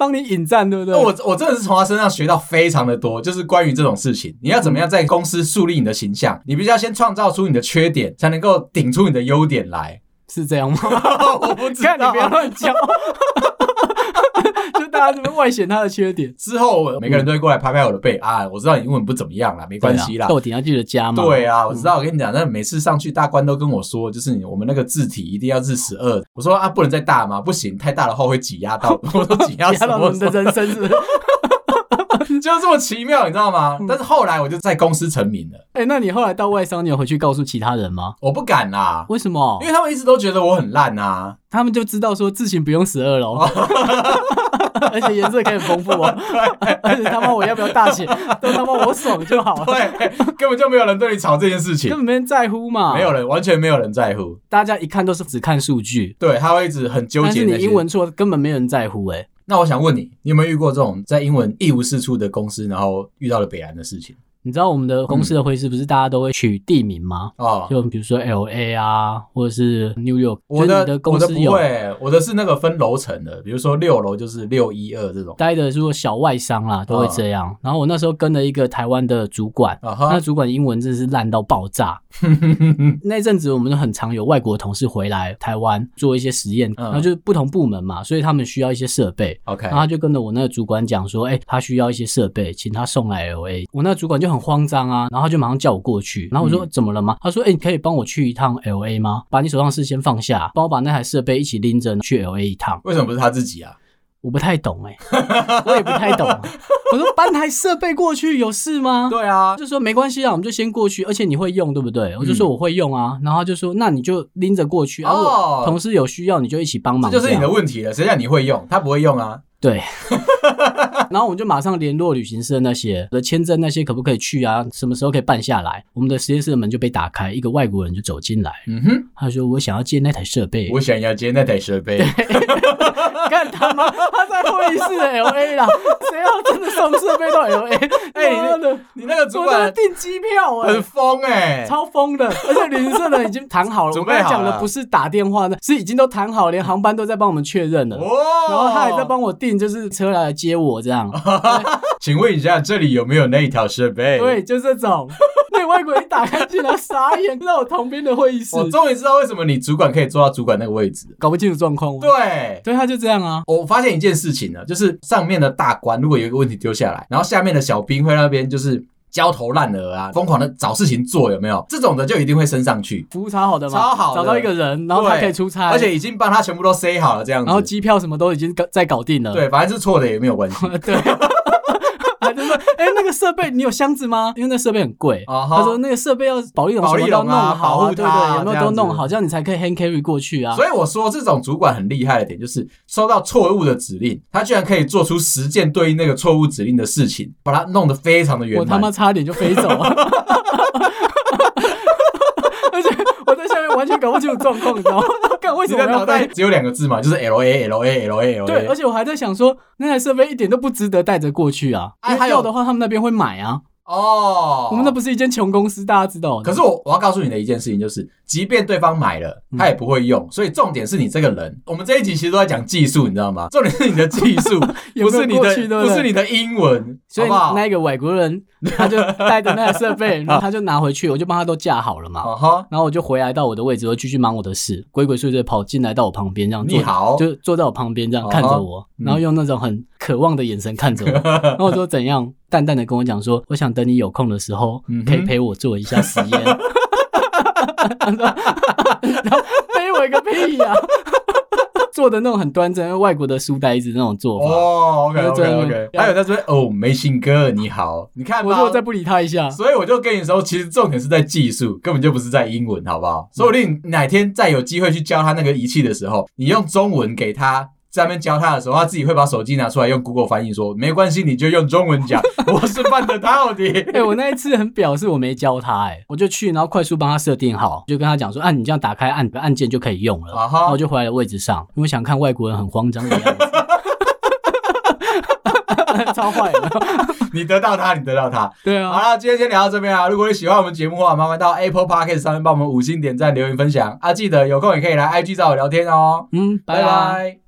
S2: 帮你引战对不对？
S1: 那我我真的是从他身上学到非常的多，就是关于这种事情，你要怎么样在公司树立你的形象，你必须要先创造出你的缺点，才能够顶出你的优点来。
S2: 是这样吗？
S1: 我不知
S2: 看你
S1: 道
S2: 不。要乱讲， 就大家这边外显他的缺点。
S1: 之后我每个人都会过来拍拍我的背、啊，我知道你英文不怎么样啦，没关系啦
S2: 对啊。豆顶要记得加嘛。
S1: 对啊，我知道。我跟你讲，那每次上去大官都跟我说，就是你我们那个字体一定要是十二。我说啊，不能再大吗？不行，太大的话会挤压到，我说挤压
S2: 加
S1: 什
S2: 到
S1: 么
S2: 我？们的人生是不是？
S1: 就是这么奇妙，你知道吗？但是后来我就在公司成名了，
S2: 哎、那你后来到外商，你有回去告诉其他人吗？
S1: 我不敢啦，
S2: 为什么
S1: 因？为他们一直都觉得我很烂啊。
S2: 他们就知道说字形不用十二喽，
S1: 哦
S2: 而且颜色可以很丰富 哦。 而且他妈我要不要大写， 都他妈我爽就好了，
S1: 对，根本就没有人对你吵这件事
S2: 根
S1: 情，
S2: 本没人在乎嘛。
S1: 没有人，完全没有人在乎。
S2: 大家一看都是只看数据，
S1: 对，他会一直很纠
S2: 但
S1: 结
S2: 是
S1: 那
S2: 你
S1: 些。
S2: 英文错，根本没有人在乎哎、
S1: 那我想问你，你有没有遇过这种在英文一无是处的公司，然后遇到了北兰的事情？
S2: 你知道我们的公司的会议室不是大家都会取地名吗？
S1: 哦，
S2: 就比如说 L A 啊，或者是 New York，
S1: 我
S2: 就是
S1: 的
S2: 你的
S1: 我
S2: 公
S1: 的
S2: 司
S1: 不
S2: 有
S1: 会，我的是那个分楼层的，比如说六楼就是六一二这种。
S2: 待的，如果小外商啦都会这样。然后我那时候跟了一个台湾的主管，
S1: 嗯啊
S2: 那
S1: 哈，
S2: 主管英文真的是烂到爆炸。那阵子我们就很常有外国同事回来台湾做一些实验，
S1: 嗯
S2: 然后就是不同部门嘛，所以他们需要一些设备。
S1: OK，
S2: 然后他就跟着我那个主管讲说，哎、他需要一些设备，请他送来 L A。我那个主管就很慌张啊，然后他就马上叫我过去。然后我说、
S1: 嗯
S2: 怎么了吗？他说，哎、你可以帮我去一趟 L A 吗？把你手上的事先放下，帮我把那台设备一起拎着去 L A 一趟。
S1: 为什么不是他自己啊？
S2: 我不太懂 哎、我也不太懂、啊我说搬台设备过去有事吗？
S1: 对啊
S2: 他，就说没关系啊，我们就先过去，而且你会用对不对？我就
S1: 嗯
S2: 说我会用啊，然后他就说那你就拎着过去啊，如
S1: 哦
S2: 果同事有需要你就一起帮
S1: 啊这
S2: 忙，
S1: 就是你
S2: 样
S1: 的问题了。谁让你会用，他不会用啊。
S2: 对。 然后我们就马上联络旅行社那些我的签证那些可不可以去啊？什么时候可以办下来？我们的实验室的门就被打开，一个外国人就走进来，
S1: 嗯哼，
S2: 他说我想要借那台设备，
S1: 我想要接那台设备。
S2: 干他妈， 他在会议室的 L A 啦，谁要真的送设备到 L A？
S1: 哎你
S2: 妈的，
S1: 你那个主
S2: 我在
S1: 管
S2: 订机票哎、
S1: 很疯哎，
S2: 超疯的，而且旅行社的已经谈好了。
S1: 准
S2: 我
S1: 备
S2: 刚才
S1: 好
S2: 讲的
S1: 了
S2: 不是打电话呢，是已经都谈好，连航班都在帮我们确认了。
S1: 哦
S2: 然后他还在。帮我订，就是车来接我这样。
S1: 请问一下，这里有没有那一条设备？
S2: 对，，就这种。 那个外国人一打开进来，傻眼，在我旁边的会议室，
S1: 我终于知道为什么你主管可以坐到主管那个位置。
S2: 搞不清楚状况。，
S1: 对，
S2: 对，他就这样啊。
S1: 我发现一件事情呢，啊就是上面的大官如果有一个问题丢下来，然后下面的小兵会那边就是焦头烂额啊，疯狂的找事情做，有没有？这种的就一定会升上去，
S2: 服务超好的嘛，
S1: 超好的
S2: 找到一个人，然后他
S1: 对
S2: 可以出差，
S1: 而且已经帮他全部都塞好了这样子。
S2: 然后机票什么都已经搞在搞定了。呃
S1: 对，反正是错的也没有 关系。
S2: 对。他就说：“哎、那个设备你有箱子吗？因为那设备很贵。
S1: 啊哈
S2: 他说：“那个设备要保利龙
S1: 保
S2: 什
S1: 利
S2: 么都
S1: 龙
S2: 弄
S1: 啊
S2: 好
S1: 保护
S2: 对
S1: 它啊
S2: 对，有没
S1: 这
S2: 有
S1: 样
S2: 都弄
S1: 子
S2: 好，这样你才可以 hand carry 过去啊。”
S1: 所以我说，这种主管很厉害的点就是，收到错误的指令，他居然可以做出十件对应那个错误指令的事情，把它弄得非常的圆
S2: 我他
S1: 满
S2: 妈。差点就飞走了。 而且我在下面完全搞不清楚状况，你知道吗？ 看为什
S1: 你
S2: 么
S1: 的
S2: 我
S1: 脑
S2: 要
S1: 袋
S2: 带？
S1: 只有两个字嘛，就是 L A L A L A L A。
S2: 对，而且我还在想说，那台设备一点都不值得带着过去啊！
S1: 哎
S2: 因
S1: 还
S2: 为
S1: 有
S2: 要的话，他们那边会买啊。
S1: 哦，
S2: 我们那不是一间穷公司，大家知道的。
S1: 可是我我要告诉你的一件事情就是，即便对方买了，他也不会用，所以重点是你这个人。我们这一集其实都在讲技术，你知道吗？ 重点是你的技术，
S2: 有
S1: 不
S2: 没有
S1: 是你
S2: 过去
S1: 的，
S2: 对不
S1: 不
S2: 对
S1: 是你的英文，
S2: 所以
S1: 好不好？
S2: 那个外国人他就带着那台 设备，然后他就拿回去，我就帮他都架好了嘛。
S1: 啊哈，
S2: 然后我就回来到我的位置，我继续忙我的事，鬼鬼祟祟跑进来到我旁边，这样坐
S1: 你好，
S2: 就坐在我旁边这样看着我，
S1: 嗯
S2: 然后用那种很渴望的眼神看着 我，然后我说怎样，淡淡的跟我讲说，我想等你有空的时候
S1: 嗯哼，
S2: 可以陪我做一下实 验。 然后陪我一个屁呀、 做的那种很端正，因为外国的书呆子那种做法。
S1: 哦，OK
S2: 就
S1: OK
S2: 真的
S1: OK，还有在说哦，梅信哥你好，你看吧
S2: 我说我再不理他一下，
S1: 所以我就跟你说，其实重点是在技术，根本就不是在英文，好不
S2: 嗯
S1: 好？说不定哪天再有机会去教他那个仪器的时候，你用中文给他。在那边教他的时候，他自己会把手机拿出来用 Google 翻译说：“没关系，你就用中文 讲，我是办得到的。
S2: 哎、我那一次很表示我没教他、哎，我就去，然后快速帮他设定好，就跟他讲说，啊，你这样打开按按键就可以用了。
S1: 啊哈
S2: 然后我就回来的位置上，因为我想看外国人很慌张的样子， 超坏的。
S1: 你得到它，你得到它。
S2: 对
S1: 好
S2: 啊，
S1: 啦，今天先聊到这边啊。如果你喜欢我们节目的话，麻烦到 Apple Podcast 上面帮我们五星点赞、留言、分享啊。记得有空也可以来 IG 找我聊天哦。
S2: 嗯，
S1: 拜
S2: 拜拜。
S1: 拜